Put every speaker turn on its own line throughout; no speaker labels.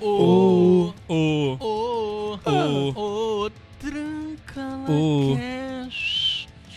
O.
O.
O. O. O. Tranca
O.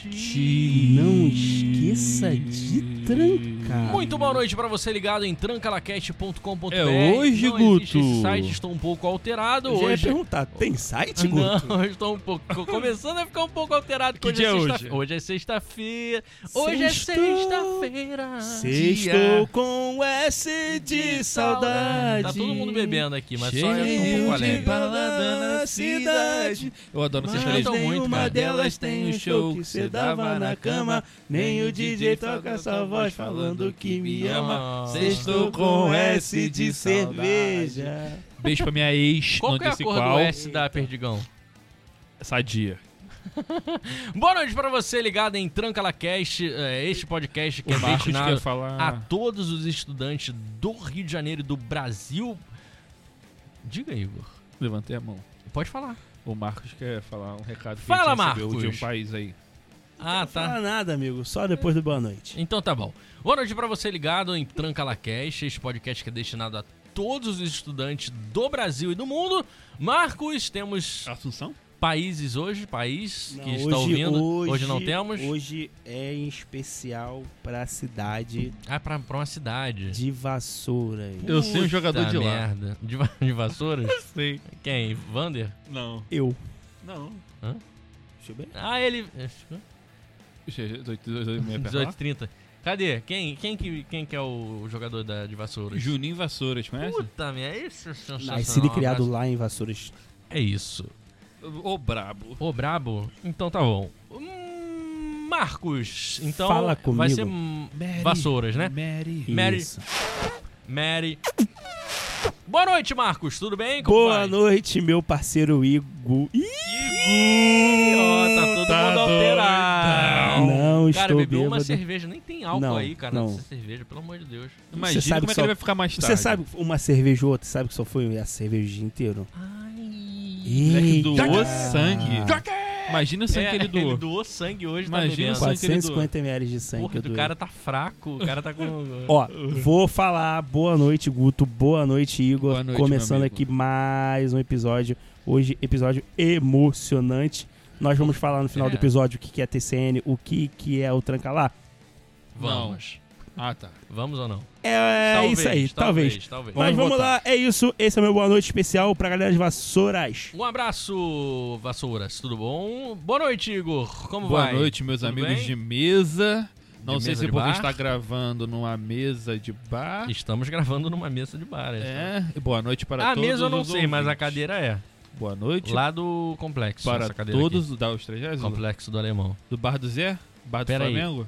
Não esqueça de trancar.
Muito boa noite pra você ligado em trancalacast.com.br.
É hoje,
Não existe
Guto.
Esse site estou um pouco alterado
Eu já ia
hoje.
perguntar, tem site, é Guto?
Não, eu estou um pouco. Começando a ficar um pouco alterado
Que
hoje
dia é
é
hoje?
sexta- Hoje é sexta-feira. Hoje é
Sextou.
sexta-feira.
Sextou com S de saudade.
Tá todo mundo bebendo aqui, mas só eu tô um
Cheio
pouco
de
alegre.
balada na cidade. Eu adoro
Mas
Vocês cantam
sexta-feira.
muito,
nenhuma
cara.
delas tem o show que cê dava na cama. Nem o DJ toca essa voz falando que me ama.
Ah.
Sextou com S de cerveja.
Beijo pra minha ex,
Qual
não
que é a
disse
cor
qual.
do S da Perdigão?
Sadia.
Boa noite pra você ligado em Trancalacast, é, este podcast que é
O Marcos quer
destinado a
falar.
todos os estudantes do Rio de Janeiro e do Brasil. Diga, Igor.
Levantei a mão.
Pode falar.
O Marcos quer falar um recado que
Fala,
a gente recebeu
Marcos.
de um país aí.
Ah, tá.
Fala nada, amigo. Só depois do boa noite.
Então tá bom. Boa noite pra você ligado em Trancalacast, este podcast que é destinado a todos os estudantes do Brasil e do mundo. Marcos, temos
Assunção?
países hoje, país
Não,
que está ouvindo. Hoje, não temos.
Hoje é em especial pra cidade
Ah, pra, pra uma cidade.
de Vassouras.
Eu sei um jogador
Puta
de lá.
merda. De, va- de Vassouras?
Sei.
Quem? Vander?
Não.
Eu.
Não.
Deixa eu ver.
Ah, ele.
É 18h30
1830. Cadê? Quem, quem, que, quem que é o jogador da, de Vassouras?
Juninho Vassouras, conhece?
Puta merda, isso é sensacional.
Nascido e
Um
criado
abraço.
lá em Vassouras.
É isso.
Ô, brabo.
Ô, brabo? Então tá bom. Hum, Marcos, então.
Fala
Vai
comigo.
ser hum, Vassouras, né?
Mary.
Mary-
Isso.
Mary. Boa noite, Marcos. Tudo bem? Como
Boa
vai?
noite, meu parceiro Igor. Ih,
Ih, ó, tá todo
Tá
mundo alterado.
doidão.
não
Cara,
estou
bebeu uma
bêbado.
cerveja, nem tem álcool
Não,
aí, cara.
não.
Não. cerveja, pelo amor de Deus.
Imagina
sabe
como é que
só-
ele vai ficar mais tarde.
Você sabe uma cerveja ou outra, sabe que só foi a cerveja o dia inteiro?
Ai.
Moleque
Ih,
é doou sangue. Imagina o sangue
É,
que ele
ele
doou.
doou sangue hoje,
Imagina
tá bebendo.
sangue que ele doou.
450 ml de sangue que
Porra,
eu
do
doei.
cara tá fraco, o cara tá com...
Ó, vou falar boa noite, Guto. Boa noite, Igor.
Boa noite,
Começando
meu amigo.
aqui mais um episódio. Hoje, episódio emocionante. Nós vamos falar no final
É.
do episódio o que que é TCN, o que, que é o Trancalá.
Vamos.
Ah, tá.
Vamos ou não?
É
Talvez,
isso aí, talvez.
Talvez, talvez.
Mas vamos lá,
votar.
é isso. Esse é o meu boa noite especial pra galera de Vassouras.
Um abraço, Vassouras, tudo bom? Boa noite, Igor, como
Boa
vai?
noite, meus
Tudo
amigos
bem?
de mesa. Não
De
sei
mesa
se
de
porque
bar?
está gravando numa mesa de bar.
Estamos gravando numa mesa de bar. essa.
É, e boa noite para
a
todos.
Ah, mesa eu não
os
sei, mas a
ouvintes.
cadeira é.
Boa noite
Lá do complexo, essa
para
cadeira
todos da Austrália.
aqui. Complexo do alemão.
Do Bar do Zé? Bar do
Pera aí.
Flamengo?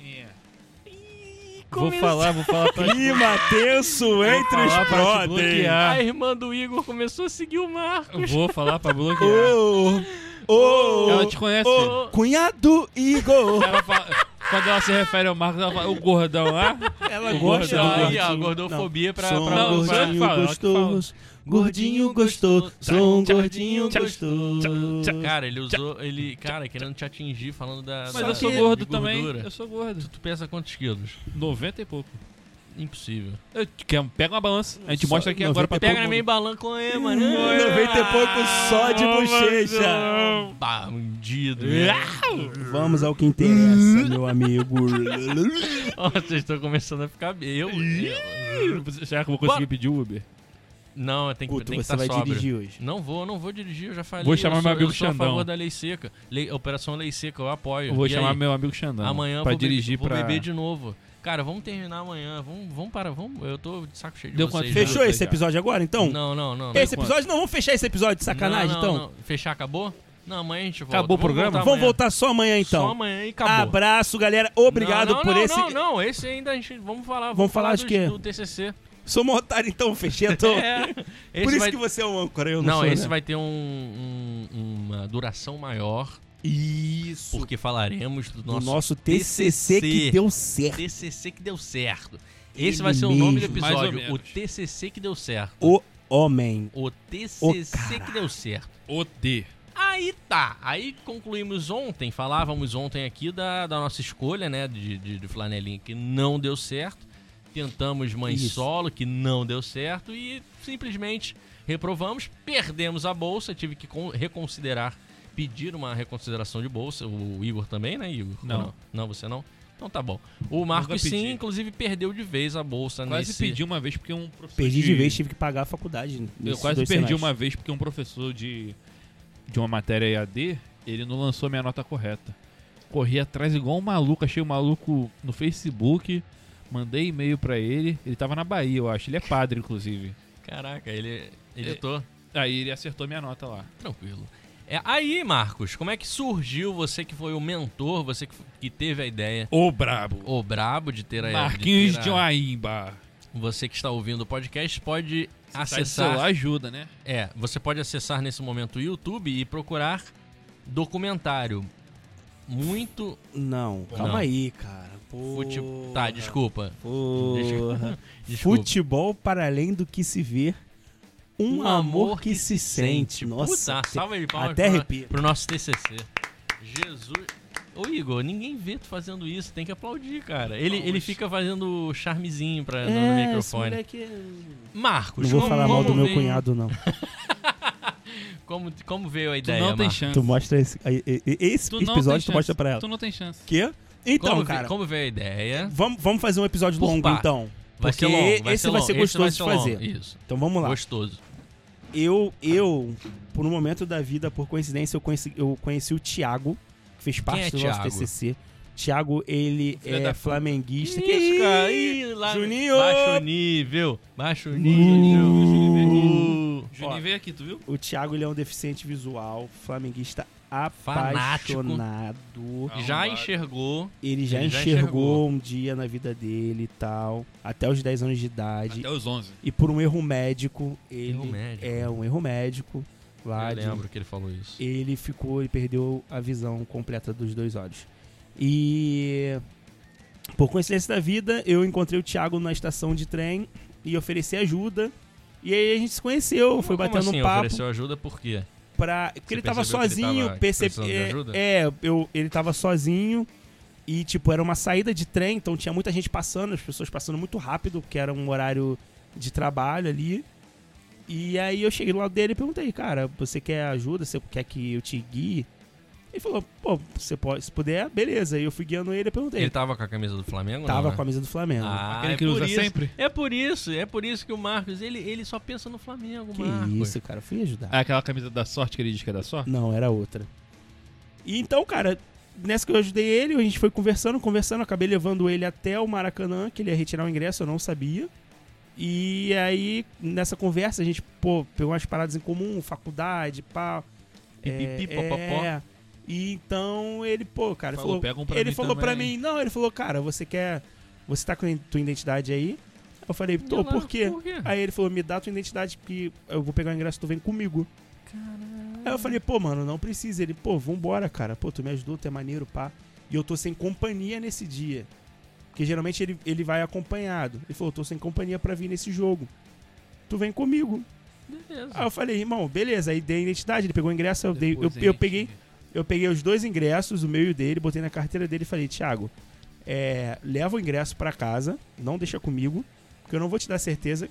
Quem é? Vou falar, vou falar pra
Clima tenso entre
falar
os
pra te
brothers.
A
bloquear.
irmã do Igor começou a seguir o Marcos.
Vou falar pra bloquear.
Ô, ô,
Ela te conhece.
ô, cunhado Igor.
Ela fala- quando ela se refere ao Marcos, ela fala, o gordão ah?" lá.
Ela
O
gosta
gordão.
do
Aí, ó,
gordinho.
gordofobia pra,
Sou um
pra-
gordinho.
pra-
fala, fala.
gordinho gostoso, sou um
Tchau,
gordinho
tchau,
gostoso.
Cara, ele usou. Ele, cara, querendo te atingir falando da.
Mas
da-
eu sou
de
gordo também.
gordura.
Eu sou gordo.
Tu pesa quantos quilos?
90 e pouco.
Impossível.
Eu- quer- um- pega uma balança. A gente
Só
mostra aqui
90
agora
e
pra
Pega
todo
na
mundo.
minha balança é com ele, mano.
90 Hum, e pouco só de bochecha.
Bah, bandido. né?
Vamos ao que interessa, meu amigo.
Ó, Vocês estão começando a ficar. Eu. eu-
Será que eu vou conseguir pedir Uber?
Não, tem que
Guto,
tem que
você
estar
vai
sóbrio.
dirigir hoje.
Não vou, não vou dirigir, eu já falei.
Vou chamar
eu
meu
sou-
amigo
eu sou a
Xandão.
favor da lei seca. Lei- Operação Lei Seca, eu apoio.
Eu vou
E
chamar
aí?
meu amigo Xandão.
Amanhã eu
pra
vou be-
dirigir
vou
pra...
beber de novo. Cara, vamos terminar amanhã. Vamos, vamos parar. Vamos, eu tô de saco cheio de
Deu
vocês.
quanto?
né?
Fechou esse episódio agora, então?
Não, não, não. não.
Esse episódio, não, vamos fechar esse episódio de sacanagem,
Não, não,
então?
não. Fechar, acabou? Não, amanhã a gente volta.
Acabou o programa?
voltar
Vamos
amanhã.
voltar só amanhã,
Só
então.
amanhã e acabou.
Abraço, galera. Obrigado
Não, não,
por
não,
esse.
Não, não, esse ainda a gente. Vamos falar.
Vamos falar de
dos-
quê?
Do TCC.
Sou montário, então, fecheto.
É. Esse
Por isso
vai...
que você é um âncora, eu não,
Não,
sou,
esse
né?
vai ter um- um- uma duração maior,
Isso.
porque falaremos do
Do
nosso,
nosso TCC que
TCC.
deu certo.
TCC que deu certo.
Ele
Esse vai ser o nome do
mesmo.
Mais ou
episódio, o
menos.
TCC que deu certo.
O homem.
O TCC que deu certo.
O D.
Aí tá, aí concluímos ontem, falávamos ontem aqui da, da nossa escolha, né, de, de, de flanelinha que não deu certo. tentamos Mãe
Isso.
Solo, que não deu certo, e simplesmente reprovamos, perdemos a bolsa, tive que con- reconsiderar, pedir uma reconsideração de bolsa, o Igor também, né, Igor?
Não.
Ou Não, Não, você não? Então tá bom. O Marcos
pedi.
sim, inclusive, perdeu de vez a bolsa
Quase
nesse...
pedi uma vez porque um professor.
Perdi de vez, tive que pagar a faculdade.
Eu
nesses
quase
dois
perdi
cenários.
uma vez porque um professor de, de uma matéria EAD, ele não lançou minha nota correta. Corri atrás igual um maluco, achei o maluco no Facebook, mandei e-mail pra ele. Ele tava na Bahia, eu acho. Ele é padre, inclusive.
Caraca, ele
É,
editou.
Aí ele acertou minha nota lá.
Tranquilo. É, aí, Marcos, como é que surgiu você que foi o mentor, você que, f- que teve a ideia,
Ô, brabo!
ou brabo de ter a
Marquinhos
ter a-
de Oaimba.
Você que está ouvindo o podcast pode
Tá de celular
acessar.
ajuda, né?
É, você pode acessar nesse momento o YouTube e procurar documentário. Muito
Não, calma
Não.
aí, cara. Porra.
futebol. Tá, desculpa.
Porra.
Desculpa.
Futebol para além do que se vê, um,
Um
amor,
amor
que, se sente. Nossa,
Puta, salva de palmas
até
pra-
arrepia.
pro nosso TCC. Jesus. Ô Igor, ninguém vê tu fazendo isso, tem que aplaudir, cara. Ele, ele fica fazendo charmezinho pra, no- no,
é, esse
microfone.
moleque é-
Marcos,
Não vou
como-
falar mal do
como
meu
veio-
cunhado, não.
Como, como veio a
Tu
ideia,
não tem
Marcos?
chance.
Tu mostra esse, aí, e- e- esse
Tu não tem
episódio, tu
chance.
mostra pra ela.
Tu não tem chance.
Quê? Então,
como, ve-
cara,
como veio a ideia?
vamos, vamos fazer um episódio
Por
longo,
par.
então.
Vai ser
Porque
longo, vai
esse
ser
vai
longo,
ser
esse vai
gostoso
ser
de fazer.
longo. Isso.
Então vamos lá.
Gostoso.
Eu, eu, por um momento da vida, por coincidência, eu conheci, eu conheci o Thiago, que fez parte
é
do nosso
Thiago?
TCC. Thiago, ele
Filha da
é
puta.
flamenguista.
Ih, cara,
Ih,
ih, lá-
é Juninho!
Baixo nível! Baixo
Juninho.
nível!
Juninho veio aqui, tu viu?
O Thiago, ele é um deficiente visual, flamenguista
Fanático.
apaixonado.
Ah.
Já
Arrombado.
enxergou.
Ele já,
Ele já
enxergou,
enxergou.
um dia na vida dele e tal, até os 10 anos de idade.
Até os 11.
E por um erro médico, ele
Erro médico.
é um erro médico lá
Eu
de
lembro que ele falou isso.
ele ficou e perdeu a visão completa dos dois olhos. E por coincidência da vida, eu encontrei o Thiago na estação de trem e ofereci ajuda. E aí a gente se conheceu, foi
Como
batendo
assim,
um papo
ofereceu ajuda por quê?
pra. Porque ele tava
percebeu que ele
sozinho,
tava
perce-
precisando de
é-
ajuda?
É, eu, ele tava sozinho e, tipo, era uma saída de trem, então tinha muita gente passando, as pessoas passando muito rápido, porque era um horário de trabalho ali. E aí eu cheguei do lado dele e perguntei, cara, você quer ajuda? Você quer que eu te guie? Ele falou, pô, você pode, se puder, beleza. E eu fui guiando ele e perguntei.
Ele tava com a camisa do Flamengo?
tava
não, né?
com a camisa do Flamengo.
Ah,
Aquele
é
que
por
usa
isso.
sempre?
É por isso, é por isso que o Marcos, ele, ele só pensa no Flamengo,
que
Marcos.
isso, cara, eu fui ajudar.
Ah, Aquela camisa da sorte que ele diz que é da sorte?
Não, era outra. E então, cara, nessa que eu ajudei ele, a gente foi conversando, conversando, acabei levando ele até o Maracanã, que ele ia retirar o ingresso, eu não sabia. E aí, nessa conversa, a gente, pô, pegou umas paradas em comum, faculdade, pá.
Pipipi,
é,
popopó.
é. E então ele, pô, cara,
Falou,
falou,
pega um pra
ele
mim
falou pra
também.
mim, não, ele falou, cara, você quer. Você tá com a tua identidade aí? Eu falei, tô,
Olha é lá,
por quê?
Por quê?
Aí ele falou, me dá tua identidade que eu vou pegar o ingresso, tu vem comigo. Aí eu falei, pô, mano, não precisa. Ele, pô, vambora, cara. Pô, tu me ajudou, tu é maneiro, pá. E eu tô sem companhia nesse dia. Porque geralmente ele, ele vai acompanhado. Ele falou, tô sem companhia pra vir nesse jogo. Tu vem comigo.
Beleza.
Aí eu falei, irmão, beleza. Aí dei a identidade, ele pegou o ingresso, eu, dei, eu,
Depois a
eu
gente-
peguei eu peguei os dois ingressos, o meu e o dele, botei na carteira dele e falei, Thiago, é, leva o ingresso pra casa, não deixa comigo, porque eu não vou te dar certeza,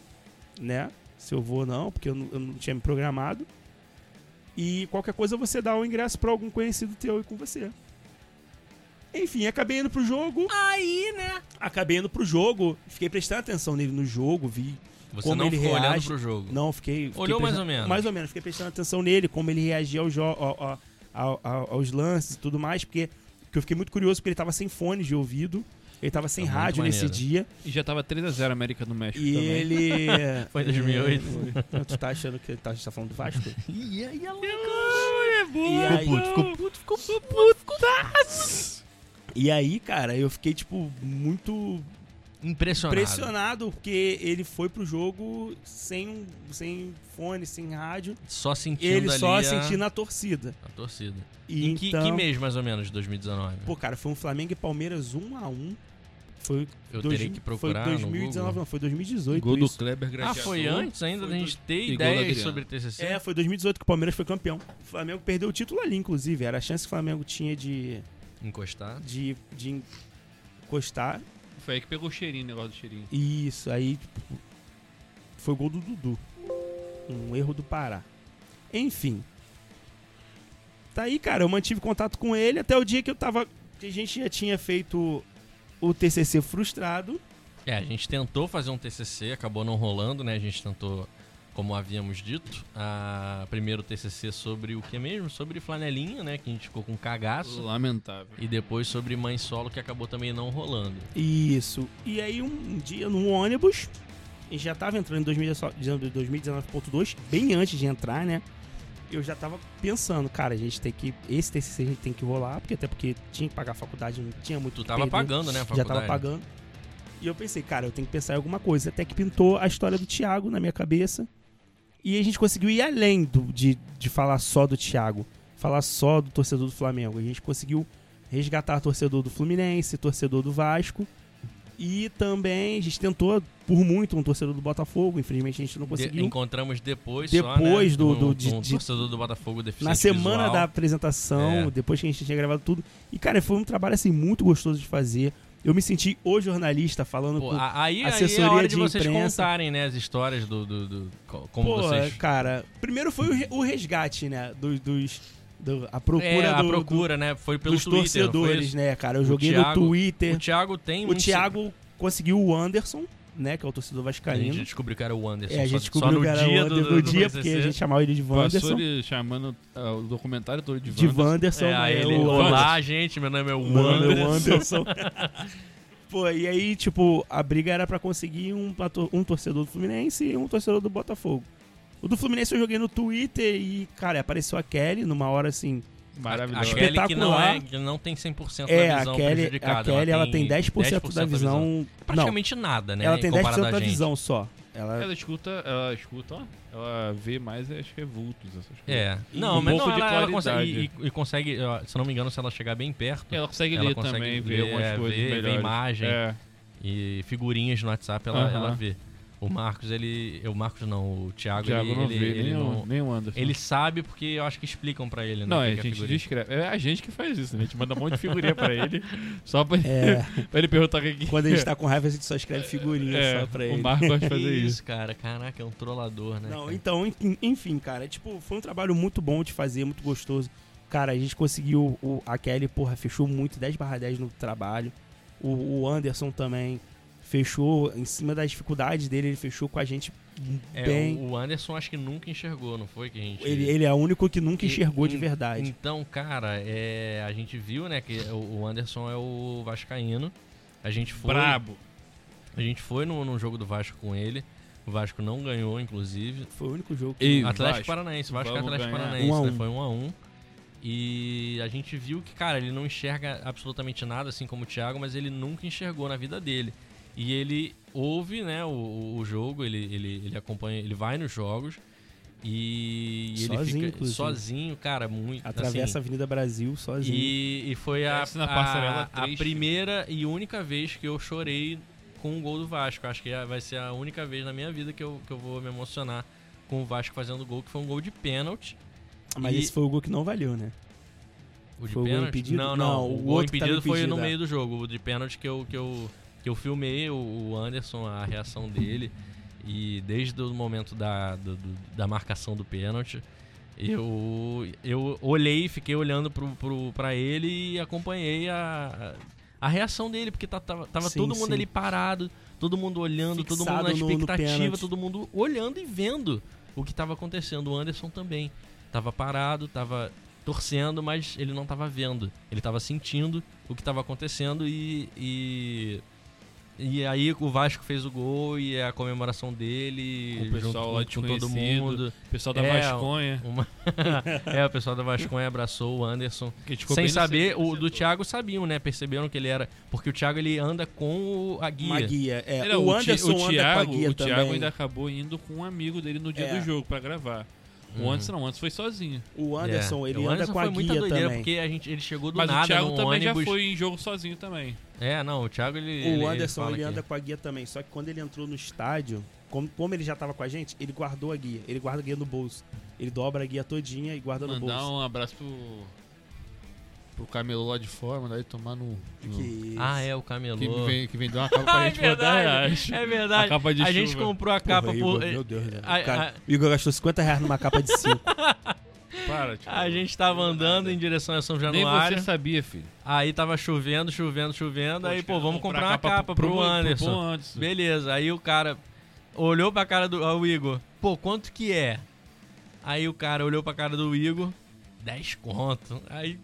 né? Se eu vou ou não, porque eu não, eu não tinha me programado. E qualquer coisa você dá o ingresso pra algum conhecido teu e com você. Enfim, acabei indo pro jogo.
Aí, né?
Acabei indo pro jogo. Fiquei prestando atenção nele no jogo, vi.
Você
Como
não
ele
ficou olhando
reage-
pro jogo.
Não, fiquei. fiquei
Olhou mais
prestando-
ou menos.
Mais ou menos, fiquei prestando atenção nele, como ele reagia ao jo- ao- ao- ao- ao- aos lances e tudo mais, porque, porque eu fiquei muito curioso, porque ele tava sem fone de ouvido, ele tava sem
Tá muito
rádio nesse
maneiro.
dia.
E já tava 3x0 América do México
E
também.
ele.
Foi em 2008.
É, tu tá achando que tá, a gente tá falando do Vasco?
E aí, é ela ficou
E aí-
puto, ficou puto, ficou puto. tá?
E aí, cara, eu fiquei, tipo, muito
Impressionado.
impressionado, porque ele foi pro jogo sem, um, sem fone, sem rádio.
Só sentindo
Ele
ali
só
a...
sentindo a torcida.
a torcida.
E
em que,
então...
que mês, mais ou menos, de 2019?
Pô, cara, foi um Flamengo e Palmeiras 1 a 1 Foi,
Eu
dois-
terei que procurar
foi
no
2019,
Google.
não, foi 2018.
Gol do
isso.
Kleber
Ah,
Graciador.
foi antes ainda
Foi
da gente ter
E gol do
ideias
Adriano.
sobre TCC?
É, foi 2018 que o Palmeiras foi campeão. O Flamengo perdeu o título ali, inclusive. Era a chance que o Flamengo tinha de,
Encostar.
de, de encostar.
Foi aí que pegou o cheirinho, o negócio do cheirinho.
Isso, aí tipo, foi o gol do Dudu. Um erro do Pará. Enfim. Tá aí, cara, eu mantive contato com ele até o dia que eu tava. que a gente já tinha feito o TCC frustrado.
É, a gente tentou fazer um TCC, acabou não rolando, né? A gente tentou, como havíamos dito, a primeiro TCC sobre o que mesmo? Sobre flanelinha, né? Que a gente ficou com cagaço.
Lamentável.
E depois sobre mãe solo, que acabou também não rolando.
Isso. E aí, um, um dia, num ônibus, e já tava entrando em 2019 2019.2, bem antes de entrar, né? Eu já tava pensando, cara, a gente tem que. Esse TCC a gente tem que rolar, porque até porque tinha que pagar a faculdade, não tinha muito
Tu
o que
tava
perder.
pagando, né? A
já
faculdade.
tava pagando. E eu pensei, cara, eu tenho que pensar em alguma coisa. Até que pintou a história do Thiago na minha cabeça. E a gente conseguiu ir além do, de, de falar só do Thiago, falar só do torcedor do Flamengo. A gente conseguiu resgatar torcedor do Fluminense, torcedor do Vasco. E também a gente tentou por muito um torcedor do Botafogo. Infelizmente a gente não
De-
conseguiu.
encontramos depois, só,
Depois
né, com-
do- do- de-
com o
de-
torcedor do Botafogo deficiente
Na semana
visual.
da apresentação,
É.
depois que a gente tinha gravado tudo. E, cara, foi um trabalho assim muito gostoso de fazer. Eu me senti o jornalista falando
Pô,
com,
a- aí, aí é
assessoria
a hora de,
de
vocês
imprensa.
contarem, né, as histórias do. do, do- co- como
Pô,
vocês.
cara, primeiro foi o re- o resgate, né? Dos. dos do- a procura,
É, a
do-
procura, né? Foi
do-
pelo
dos
Twitter. não foi
torcedores,
isso?
né, cara? Eu
O
joguei
Thiago-
no
O
Twitter.
Thiago tem
O,
muito-
Thiago conseguiu o Anderson, né? Que é o torcedor
A gente
vascaíno.
descobriu que era o Anderson.
É, a
só-
gente
só
descobriu
no
que era
dia
o Anderson
do, do
no dia,
TCC.
porque a gente chamava ele de
Passou
Wanderson.
ele chamando ah, o documentário todo de
De
Wanderson.
Wanderson,
É,
né,
aí ele,
o
Olá, gente, meu nome é
Anderson. Mano, é o
Anderson.
Anderson. Pô, e aí, tipo, a briga era pra conseguir um, plato- um torcedor do Fluminense e um torcedor do Botafogo. O do Fluminense eu joguei no Twitter e, cara, apareceu a Kelly numa hora assim.
A
Maravilhoso.
Kelly que não, é,
Espetacular.
que não tem 100%
É,
da
a
visão
Kelly, a
prejudicada.
Kelly ela tem 10%, da visão. Não,
Praticamente nada, né?
ela tem
comparado
10%
a
da
gente.
visão só. Ela,
Ela escuta, ela escuta, ó. Ela vê mais, acho que é vultos, essas coisas.
É.
E
Não,
um
mas
pouco
não,
de
ela, ela consegue.
claridade.
E, e consegue, ó, se eu não me engano, se ela chegar bem perto,
Ela consegue
Ela
ler
consegue
também,
ler,
ver algumas
é,
coisas
ver- ver
melhores.
imagem.
É.
e figurinhas no WhatsApp ela,
Aham.
ela vê. O Marcos, ele. O Marcos não, o Thiago,
Thiago
ele,
não
ele,
vê,
ele
nem, o,
não.
nem o Anderson.
Ele sabe porque eu acho que explicam pra ele, né?
não,
o que
a
que é
gente
figurinha.
descreve. É a gente que faz isso, né? A gente manda um monte de figurinha pra ele, só pra,
é,
pra ele perguntar o que que
quando a gente tá com raiva, a gente só escreve figurinha
é,
só pra
O
ele.
Marco gosta de fazer
Que
isso.
isso, cara. Caraca, é um trollador, né?
Não,
cara?
então, en- enfim, cara, tipo, foi um trabalho muito bom de fazer, muito gostoso. Cara, a gente conseguiu. o- a Kelly, porra, fechou muito, 10 barra 10 no trabalho. O, o Anderson também fechou, em cima das dificuldades dele, ele fechou com a gente
É,
bem.
o- o Anderson acho que nunca enxergou, não foi que a gente.
Ele, ele é o único que nunca
E-
enxergou de
en-
verdade.
Então, cara, é, a gente viu, né, que o o Anderson é o vascaíno. A gente foi,
Brabo.
a gente foi no, no jogo do Vasco com ele. O Vasco não ganhou, inclusive.
Foi o único jogo que.
E
Atlético
Vasco,
Paranaense, Vasco e
vamos
Atlético
ganhar.
Paranaense,
Um a
né?
um.
Foi um a um. E a gente viu que, cara, ele não enxerga absolutamente nada, assim como o Thiago, mas ele nunca enxergou na vida dele. E ele ouve, né, o, o jogo, ele, ele, ele acompanha, ele vai nos jogos. E ele
Sozinho,
fica
inclusive.
sozinho, cara, muito.
Atravessa a
assim,
Avenida Brasil sozinho.
e, e foi a,
Desce na
a-
passarela
a
triste.
primeira e única vez que eu chorei com o gol do Vasco. Acho que é- vai ser a única vez na minha vida que eu, que eu vou me emocionar com o Vasco fazendo gol, que foi um gol de pênalti.
Mas
e-
esse foi o gol que não valeu, né?
O de
Foi o gol
pênalti?
impedido?
Não, não.
Não,
o
o
gol
outro que
impedido,
tava
foi no
impedido, é.
meio do jogo. O de pênalti que eu, que eu, que eu filmei o, o Anderson, a reação dele. E desde o momento da, do- do- da marcação do pênalti, eu, eu olhei, fiquei olhando pro, pro, pra ele e acompanhei a, a reação dele, porque tá- tava, tava
Sim,
todo mundo
sim.
ali parado, todo mundo olhando, todo mundo na
Fixado no- no
expectativa,
pênalti.
todo mundo olhando e vendo o que tava acontecendo. O Anderson também tava parado, tava torcendo, mas ele não tava vendo. Ele tava sentindo o que tava acontecendo e. e... E aí o Vasco fez o gol e é a comemoração dele
Com o pessoal
junto
lá
com, com todo
desconhecido.
mundo.
O pessoal da
É,
Vasconha.
Uma- é, o pessoal da Vasconha abraçou o Anderson.
Que a gente ficou
Sem
bem no
saber,
setor.
o do Thiago sabiam, né? Perceberam que ele era. Porque o Thiago ele anda com o- a guia.
Uma guia. É,
Era,
o
Ti-
Anderson anda
Thiago-
com a guia
o
também.
Thiago ainda acabou indo com um amigo dele no dia
É.
do jogo pra gravar. O
Uhum.
Anderson não, o Anderson foi sozinho.
O Anderson,
É.
ele
o
anda
Anderson
com a
foi muita
guia
doideira,
também.
porque a gente, ele chegou do
Mas
nada
o Thiago
num
também
ônibus.
já foi em jogo sozinho também.
É, não, o Thiago ele. ele- ele
O Anderson,
fala
ele
que-
anda com a guia também, só que quando ele entrou no estádio, como, como ele já tava com a gente, ele guardou a guia. Ele
um-
guarda a guia no bolso. Ele dobra a guia todinha e guarda no
Mandar
bolso.
um abraço um pro
pro camelô lá de fora, mandar ele tomar no. no-
Que
Ah, é, o camelô.
que vem, que vendeu uma capa
Ah,
pra
é
gente mandar.
verdade. É verdade.
A capa de
a gente
chuva.
comprou a
Porra,
capa
Igor,
por. é,
Meu Deus, né?
a-
O cara- o Igor gastou 50 reais numa capa de 5.
Para, tipo,
A gente um tava andando em direção a São
nem
Januário.
você sabia, filho.
Aí tava chovendo, chovendo, chovendo. aí, pô, vamos comprar uma capa, pro, Anderson.
Pro Anderson.
Beleza. Aí o cara olhou pra cara do ao Igor. Pô, quanto que é? Aí o cara olhou pra cara do Igor. 10 conto. Aí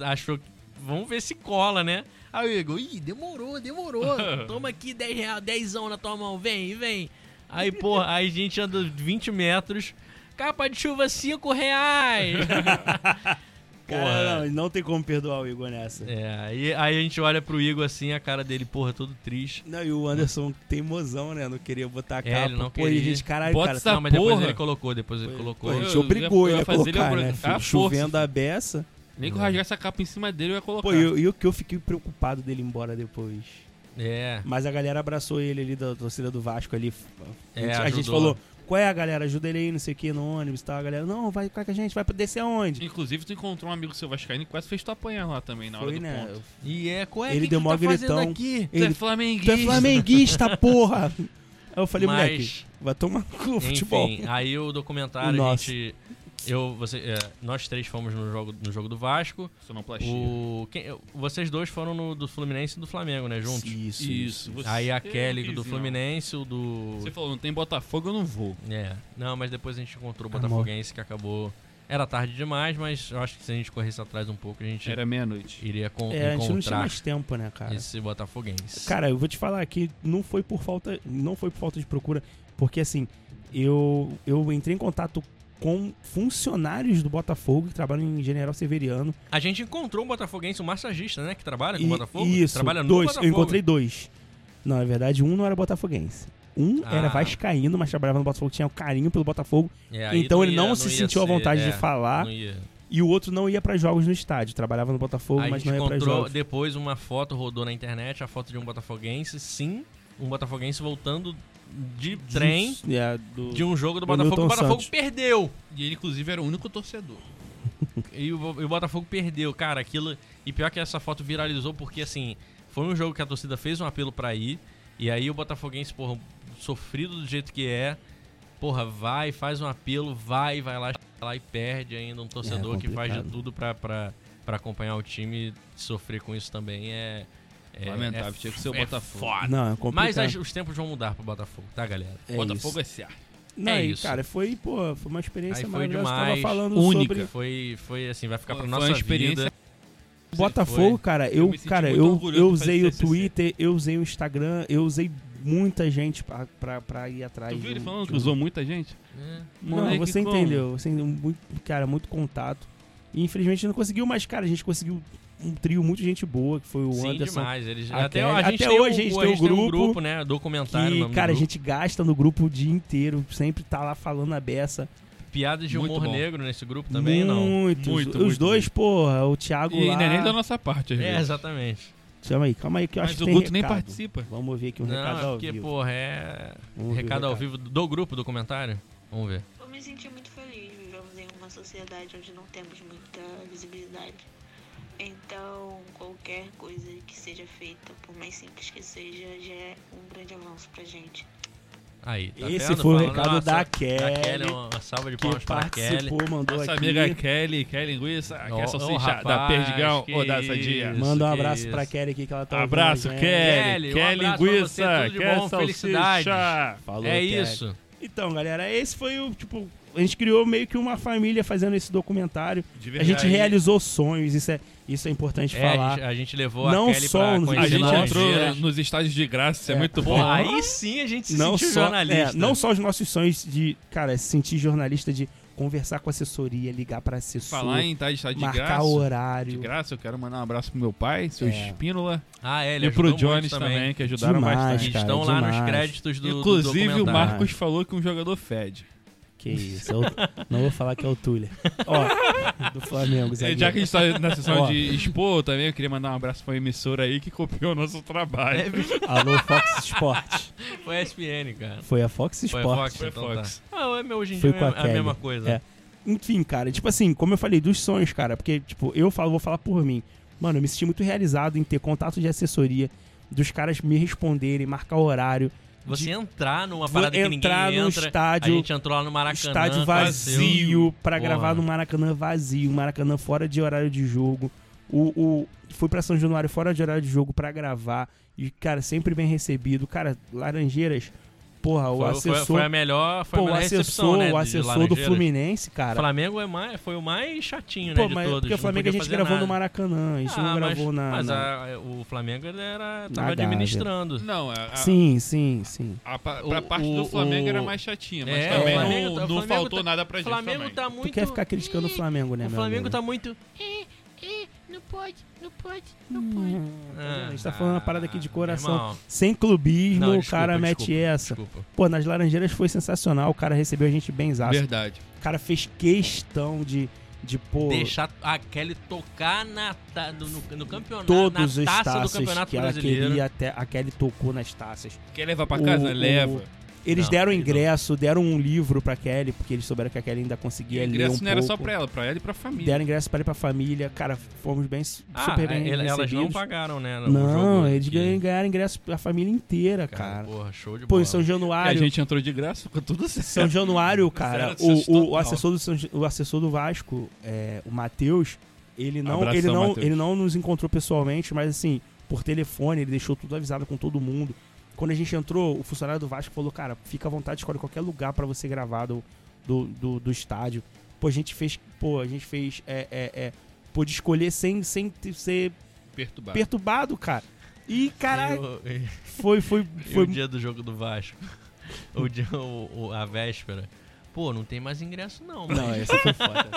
achou que. Vamos ver se cola, né? Aí o Igor, ih, demorou, demorou. Toma aqui 10 reais, 10 na tua mão, vem, vem. Aí, porra, aí a gente anda 20 metros. Capa de chuva, 5 reais.
Cara, não, não tem como perdoar o Igor nessa.
É, aí, aí a gente olha pro Igor assim, a cara dele, porra, todo triste.
Não, e o Anderson tem mozão, né? Não queria botar a
É,
capa.
ele não
Pô,
queria.
e a gente, caralho,
Bota
cara.
essa-
não, mas depois
porra.
ele colocou, depois ele
Pô,
colocou.
a gente
Eu-
obrigou
eu ia
ele a
fazer ele
colocar, né?
aproveitar
filho?
a força.
Chovendo a beça.
Nem
É.
que eu rasgar essa capa em cima dele, eu ia colocar.
Pô, e o- e o que eu fiquei preocupado dele ir embora depois.
É.
Mas a galera abraçou ele ali da torcida do Vasco ali. A
É,
gente, a
ajudou.
gente falou, qual é a galera? Ajuda ele aí, não sei o que, no ônibus e tal. A galera, não, vai ficar com a gente, vai pra descer aonde?
Inclusive, tu encontrou um amigo seu vascaíno que quase fez tu apanhar lá também, na hora
Foi,
do
né?
ponto.
E é, qual é
Ele
que
deu
que
mó
tá fazendo
gritão.
aqui?
Tu é
Ele, tu
flamenguista.
é flamenguista, porra! Aí eu falei,
Mas,
moleque, vai tomar no cu o futebol.
Enfim, aí o documentário, a
Nossa.
gente... Eu, você, é, nós três fomos no jogo, no jogo do Vasco.
Sonoplastia.
O, quem- eu- vocês dois foram no do Fluminense e do Flamengo, né? Juntos.
Isso,
Isso. você-
Aí a Kelly do
Não.
Fluminense, o do.
Você falou, não tem Botafogo, eu não vou.
É. Não, mas depois a gente encontrou o
Amor.
Botafoguense que acabou. Era tarde demais, mas eu acho que se a gente corresse atrás um pouco, a gente
Era meia-noite.
iria con-
É, a gente não tinha
encontrar
mais tempo, né, cara?
esse Botafoguense.
Cara, eu vou te falar que não foi por falta, não foi por falta de procura, porque assim, eu eu entrei em contato com funcionários do Botafogo que trabalham em General Severiano.
a gente encontrou um Botafoguense, um massagista, né? Que trabalha com
E-
o Botafogo.
Isso,
trabalha no
dois.
Botafogo.
Eu encontrei dois. Não, na verdade, um não era botafoguense. Um
Ah.
era vascaíno, mas trabalhava no Botafogo, tinha um carinho pelo Botafogo.
É, aí
então ele
ia-
não, se
ia
sentiu à
ser,
vontade
é,
de falar.
não ia.
E o outro não ia pra jogos no estádio. Trabalhava no Botafogo,
Aí a
mas
gente
não ia pra
encontrou
jogos.
depois uma foto, rodou na internet, a foto de um Botafoguense, sim. Um Botafoguense voltando de trem
De, é, do-
de um jogo do
do
Botafogo.
Newton
o Botafogo
Santos.
perdeu.
E ele, inclusive, era o único torcedor.
E o, Bo- e o Botafogo perdeu, cara, aquilo. E pior que essa foto viralizou porque assim, foi um jogo que a torcida fez um apelo pra ir. E aí o Botafoguense, porra, sofrido do jeito que é, porra, vai, faz um apelo, vai, vai lá, lá e perde ainda um torcedor
É,
que faz de
complicado.
tudo pra, pra, pra acompanhar o time sofrer com isso também é. é
Lamentável,
é
tinha que ser o
f- é
Botafogo.
foda.
Não, é complicado.
Mas as- os tempos vão mudar pro Botafogo, tá, galera?
É
Botafogo
isso.
SA.
Não,
é
e,
isso.
Cara, foi, pô, foi uma experiência
Aí foi
maravilhosa.
demais,
Tava falando
única.
sobre
Foi, foi assim, vai ficar pra
Foi
nossa
uma experiência-
vida.
o Botafogo,
Foi.
cara.
Eu
Eu,
me senti
cara,
muito
eu,
orgulhoso
eu
do
usei o
PCC.
Twitter, eu usei o Instagram, eu usei muita gente pra, pra, pra ir atrás.
Tu viu
de
ele
um-
falando
de
que
um-
usou muita gente?
É.
Moleque,
não, você
como?
entendeu. Você entendeu muito, cara, muito contato. E infelizmente não conseguiu, mas, cara, a gente conseguiu um trio, muita gente boa, que foi o
Sim,
Anderson.
demais. Eles,
a
até
Kelly.
a gente
Até
tem
hoje
um,
a gente
a
tem um
um
grupo
grupo, né? Documentário. o
Que,
nome do
cara, a
grupo.
gente gasta no grupo o dia inteiro, sempre tá lá falando a beça.
Piadas de
Muito
humor
bom.
negro nesse grupo também, não?
Muitos.
Muito,
Os
muito,
dois, porra, o Thiago
E
lá.
ainda nem da nossa parte, às
É,
vezes.
exatamente.
Calma aí, calma aí, que eu acho
Mas
que
o
tem
Guto nem
recado.
participa.
Vamos ver aqui um
não,
recado
é
ao
porque,
vivo.
porra, é.
Vamos ver o
recado ao vivo do grupo do comentário? Vamos ver.
Eu me senti muito feliz. Vivemos em uma sociedade onde não temos muita visibilidade. Então, qualquer coisa que seja feita, por mais simples que seja, já é um grande avanço pra gente.
Aí, tá
Esse
vendo?
foi o
Falando,
recado
nossa,
da Kelly,
Uma salva de palmas
Que
pra Kelly.
participou, mandou
Nossa
aqui.
amiga Kelly, Kelly Linguiça, que
Ó,
é
ó,
salsicha
rapaz,
da Perdigão
que
ou da Sadia.
isso,
Manda um
que
abraço
isso.
pra Kelly aqui que ela tá ouvindo a
Um Abraço,
gente.
Kelly.
Kelly, um abraço
Kelly
pra você,
Linguiça,
tudo de
que é
bom, felicidades.
salsicha.
Falou,
É
Kelly.
isso.
Então, galera, esse foi o, tipo, a gente criou meio que uma família fazendo esse documentário.
De
A gente
verdade.
realizou sonhos, isso é, isso é importante
É, a,
falar.
gente, a gente levou
Não
a Kelly
só
pra
nos-
conhecer
A gente
lá
Nossa.
entrou
Dias.
nos estádios de graça, isso é,
É.
muito
Pô,
bom.
aí sim a gente se
não
sentiu
só,
jornalista.
é, não só os nossos sonhos de, cara, se sentir jornalista de conversar com a assessoria, ligar pra assessor,
Falar em tá de estádio de
marcar
graça. De
horário.
graça, eu quero mandar um abraço pro meu pai, seu
É.
Espínola,
Ah, é, ele
e pro
ajudou muito
Jones também. que ajudaram
Demais,
bastante.
E
cara,
estão lá nos
demais.
créditos do do
Inclusive, o
documentário.
Marcos falou que um jogador fede.
Que isso, é o- não vou falar que é o Tuller. Ó, do Flamengo,
E
zagueiro.
Já que a gente tá na sessão
é Ó.
de expor também, eu queria mandar um abraço pra uma emissora aí que copiou o nosso trabalho.
É, bicho,
Alô, Fox Sport.
foi a SPN, cara.
Foi a Fox
Foi
Sport.
a Fox,
Foi a
então tá.
Fox.
Ah, é meu, hoje em
Foi
dia
com
é
a
a
Kelly.
mesma coisa.
É. Enfim, cara, tipo assim, como eu falei, dos sonhos, cara, porque, tipo, eu falo, vou falar por mim. Mano, eu me senti muito realizado em ter contato de assessoria, dos caras me responderem, marcar horário,
Você
de-
entrar numa
Vou
parada que
entrar
ninguém
no
entra.
estádio-
a gente entrou lá no Maracanã. tá
estádio
apareceu-
vazio pra
Porra.
gravar no Maracanã vazio, Maracanã fora de horário de jogo. O, o fui pra São Januário fora de horário de jogo pra gravar e cara, sempre bem recebido. Cara, Laranjeiras, porra, o
Foi, foi-
assessor,
foi a melhor, foi
pô,
a
o
melhor
assessor,
recepção, né, de
o assessor do
Laranjeiras.
Fluminense, cara.
O Flamengo é mais, foi o mais chatinho,
pô,
né, de
mas
todos.
porque o
não
Flamengo
podia
a gente
fazer
gravou
nada.
no Maracanã, a gente
Ah,
não gravou
mas,
na,
Mas
na-
a- o Flamengo ele era,
Na
tava
Gávea.
administrando.
Não, é, a,
Ah.
a,
Sim, sim, sim.
a, pa-
O-
pra parte
o-
do Flamengo
o-
era mais chatinha, mas
É,
também
Flamengo-
o
não,
o
não
Flamengo
faltou
tá-
nada pra
O
gente
Flamengo
também.
tá
Tu
muito.
quer ficar criticando o Flamengo, né,
O
meu
Flamengo
amigo?
tá muito.
A gente tá
Ah,
falando uma parada aqui de coração.
irmão.
Sem clubismo,
Não,
o
desculpa,
cara mete
desculpa,
essa.
Desculpa.
Pô, nas Laranjeiras foi sensacional. O cara recebeu a gente bem
tá-
zaço.
Verdade.
O cara fez questão de, de pô,
Deixar a Kelly tocar na ta- no, no- no campeonato.
todos
na
os
taça do
taças
campeonato
que ela
brasileiro.
queria até. A Kelly tocou nas taças.
Quer levar pra
O-
casa?
o-
Leva.
Eles
Não,
deram
aí não.
ingresso, deram um livro pra Kelly, porque eles souberam que a Kelly ainda
E
conseguia
o
ler
ingresso
um
não era só
pouco.
pra ela, pra ela e pra família.
Deram ingresso pra ele e pra família. Cara, fomos bem,
Ah,
super bem
el- elas não
recebidos.
pagaram, né? o
Não,
jogo
eles
que-
ganharam, ganharam ingresso pra família inteira,
Cara,
cara.
Porra, show de
Pô, é um
bola.
em São
E a
Januário.
gente entrou de graça, ficou tudo certo.
São Januário, cara,
Zero
o,
sexta-
o, o assessor do São- o assessor do Vasco, é, o Matheus, ele não,
Abração,
ele, não,
Matheus.
ele não nos encontrou pessoalmente, mas assim, por telefone, ele deixou tudo avisado com todo mundo. Quando a gente entrou, o funcionário do Vasco falou, cara, fica à vontade, escolhe qualquer lugar pra você gravar do, do, do, do estádio. Pô, a gente fez. Pô, a gente fez. É, é, é, pôde escolher sem, sem ter- ser
Perturbado.
perturbado, cara. E,
E
caralho,
o- e-
foi, foi,
e
foi
o dia do jogo do Vasco. o dia, o- o- a véspera. Pô, não tem mais ingresso, não.
Não,
mas-
essa foi foda.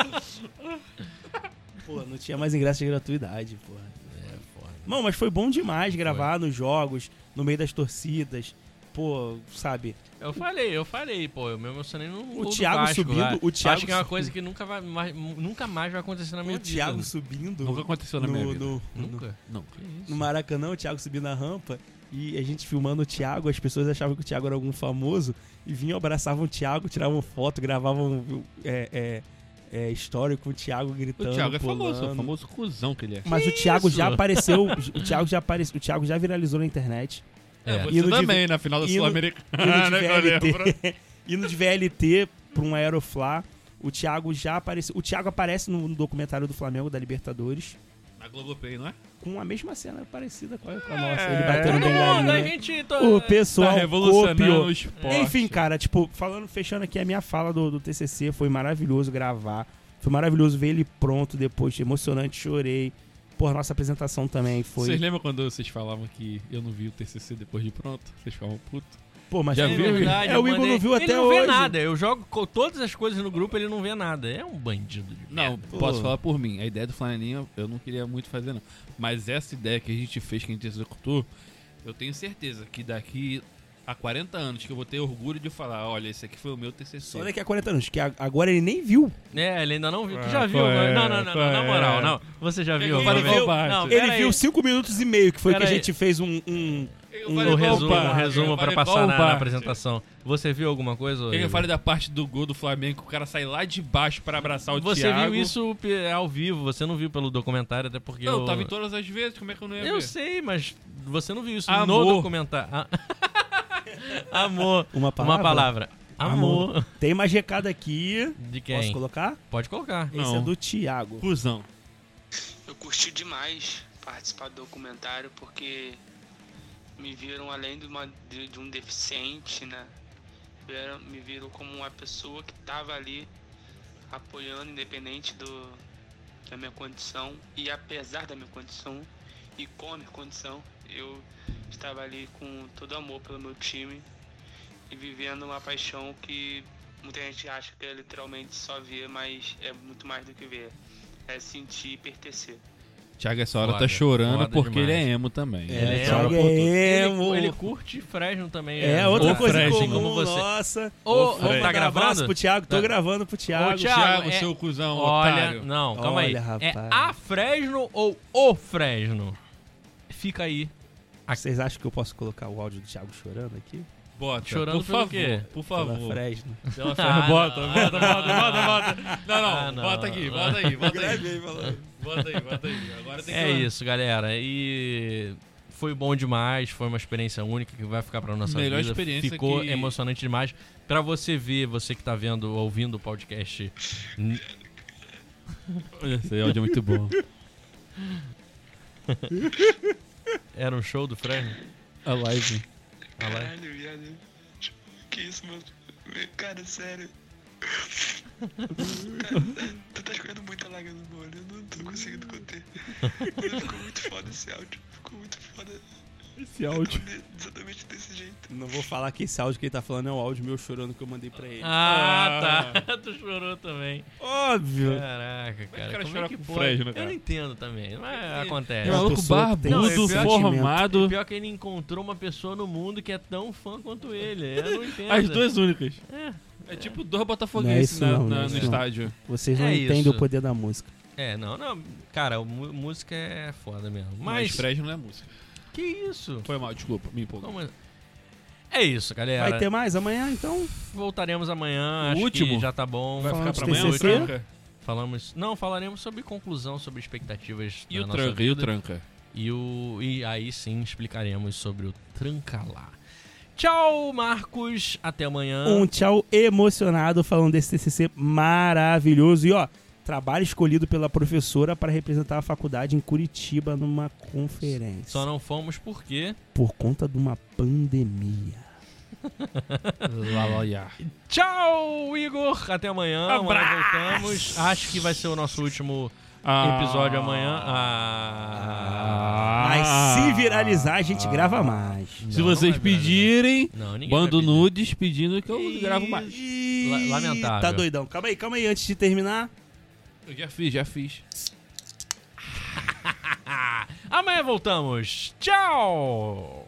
pô, não tinha mais ingresso de gratuidade, pô.
É, porra.
Não, mas foi bom demais gravar nos jogos, no meio das torcidas. Pô, sabe?
Eu falei, eu falei, pô, eu me emocionei no gol do
Thiago
Vasco,
subindo,
lá.
o Thiago
Acho que é uma
subindo.
coisa que nunca, vai, mais, nunca mais vai acontecer
Tá
na minha
O
vida.
Thiago subindo
né? Nunca aconteceu na minha
no,
vida.
no, no,
Nunca?
Não.
Que isso?
no Maracanã, o Thiago subindo na rampa e a gente filmando o Thiago, as pessoas achavam que o Thiago era algum famoso e vinham, abraçavam o Thiago, tiravam foto, gravavam é, é, é, história com o Thiago gritando.
O Thiago é famoso, é o
pulando.
famoso cuzão que ele é.
Mas o Thiago já
isso?
apareceu, o Thiago já apareceu, o Thiago já viralizou na internet.
É,
É,
E
você
no
também, na final da
e no- Indo
Sul-Americana,
de
Ah, né, que eu lembro.
VLT, indo de VLT pra um Aeroflá. O Thiago já apareceu. O Thiago aparece no, no documentário do Flamengo da Libertadores
Na Globoplay, não é?
com a mesma cena parecida com a, com a
É,
nossa. Ele batendo
Todo
bem na
mundo, é, a
linha.
gente... Tô...
um O
Tá
pessoal
revolucionando
copiou.
o esporte.
um Enfim, cara, tipo, falando, fechando aqui a minha fala do, do TCC, foi maravilhoso gravar. Foi maravilhoso ver ele pronto depois, emocionante, chorei. Por nossa apresentação também
Vocês
foi.
lembram quando vocês falavam que eu não vi o TCC depois de pronto? Vocês ficavam putos.
Pô, mas
Já
É
viu, Igor?
verdade,
É,
eu
o Igor
mandei-
não viu até
Ele não vê
hoje.
nada, eu jogo co- todas as coisas no grupo, ele não vê nada. É um bandido de
Não,
merda.
posso falar por mim. A ideia do flanelinha eu não queria muito fazer, não. Mas essa ideia que a gente fez, que a gente executou, eu tenho certeza que daqui a 40 anos que eu vou ter orgulho de falar, olha, esse aqui foi o meu TCC.
Só daqui a 40 anos, que a- agora ele nem viu.
É, ele ainda não viu. Tu
Ah,
já viu?
qual
né?
é,
não, não, não, não,
qual
na
é?
moral, não. Você já viu?
Ele
Mas-
viu-
Não,
Ele
pera aí.
viu 5 minutos e meio, que foi
Pera
que a
aí.
gente fez um- um
Eu
Um
falei
O
igual
resumo, o
Bart, eu
resumo pra
falei
passar
igual o
na, na
Bart.
apresentação. Você viu alguma coisa? ô
Eu
Igor?
falei da parte do gol do Flamengo, que o cara sai lá de baixo pra abraçar o
Você
Thiago.
viu isso pe- ao vivo, você não viu pelo documentário, até porque.
Não,
eu...
tava em todas as vezes, como é que eu não ia
Eu
ver?
sei, mas você não viu isso no
Amor.
documentário. Ah. Amor.
Uma
Uma palavra. Amor.
Tem mais recado aqui.
De quem?
Posso colocar?
Pode colocar.
Esse
Não.
é do Thiago.
Cusão.
Eu curti demais participar do documentário porque me viram além de, uma- de- de um deficiente, né? Vieram- me viram como uma pessoa que estava ali apoiando, independente do, da minha condição. E apesar da minha condição e com a minha condição, eu estava ali com todo amor pelo meu time e vivendo uma paixão que muita gente acha que é literalmente só ver, mas é muito mais do que ver. É sentir e pertencer.
Thiago, essa hora
Foda,
tá chorando
foda
porque
demais.
ele é emo também.
Ele é
Thiago
emo,
emo.
Ele, ele curte Fresno também.
É, outra
Ou
coisa
Fresno,
comum,
como você.
nossa.
Ô,
Vou
tá
mandar um abraço
gravando?
pro Thiago, tô
Tá.
gravando pro Thiago.
Ô, Thiago,
Thiago,
é-
seu cuzão,
Olha,
otário.
não, calma aí.
Olha,
É
rapaz.
a Fresno ou o Fresno? Fica aí.
Vocês acham que eu posso colocar o áudio do Thiago chorando aqui?
Bota.
Chorando
por
pelo
favor,
quê?
Por
Pela
favor.
Fresno.
Dela
Ah, não.
bota, bota, bota, bota, bota. Não, não,
Ah, não.
bota aqui, bota aí, bota aí. Bota aí, bota aí. Agora tem que
É isso, galera. E foi bom demais, foi uma experiência única que vai ficar pra nossa
Melhor
vida.
experiência
Ficou
que-
emocionante demais. Pra você ver, você que tá vendo, ouvindo o podcast, n-
Esse áudio é muito bom.
era um show do Fresno?
A live.
Ah, lá.
Caralho, viado. Que isso, mano? Cara, sério. Cara, tu tá escorrendo muita lágrima no meu olho, eu não tô conseguindo conter. Ficou muito foda esse áudio. Ficou muito foda.
Esse áudio.
é Exatamente desse jeito.
Não vou falar que esse áudio que ele tá falando é o áudio meu chorando que eu mandei pra ele.
Ah, tá. tu chorou também. É.
Óbvio.
Caraca,
cara
cara. como
chora
é que
com
pode?
Fresno,
Eu
cara?
não entendo também, mas
É
acontece.
um
uma
maluco
pessoa que tem
barbudo,
esse sentimento.
formado.
Pior que ele encontrou uma pessoa no mundo que é tão fã quanto ele. Eu não entendo.
As duas únicas.
É.
É tipo dois
Não é
botafoguenses
isso
na-
não,
na-
não é
no
isso não.
estádio.
Vocês não
É
entendem
isso.
o poder da música.
É, não, não. Cara, mu- música é foda mesmo.
Mas
Mas,
Fresno não é música.
que isso?
Foi mal, desculpa, me empolguei.
Como é- É isso, galera.
Vai ter mais amanhã, então?
Voltaremos amanhã.
um- O
acho
último?
que já tá bom.
Vai
Falando
ficar
de
pra amanhã o
TCC?
tranca?
Falamos. Não, falaremos sobre conclusão, sobre expectativas
E
da
o
nossa
tranca, e o
vida.
tranca.
E, o- e aí sim explicaremos sobre o Trancalá. Tchau, Marcos. Até amanhã.
Um tchau emocionado falando desse TCC maravilhoso. E ó, trabalho escolhido pela professora para representar a faculdade em Curitiba numa conferência.
Só não fomos porque.
Por conta de uma pandemia.
Tchau, Igor. Até amanhã. Amanhã voltamos. Acho que vai ser o nosso último Ah. episódio amanhã. Ah.
Mas se viralizar, a gente grava mais.
Se
Não,
vocês
não vai virar,
pedirem,
Não, ninguém vai
bando
pedir.
nudes pedindo que eu gravo mais.
Ih,
La- lamentável.
Tá doidão. Calma aí, calma aí. Antes de terminar,
Eu já fiz, já fiz.
Amanhã voltamos. Tchau!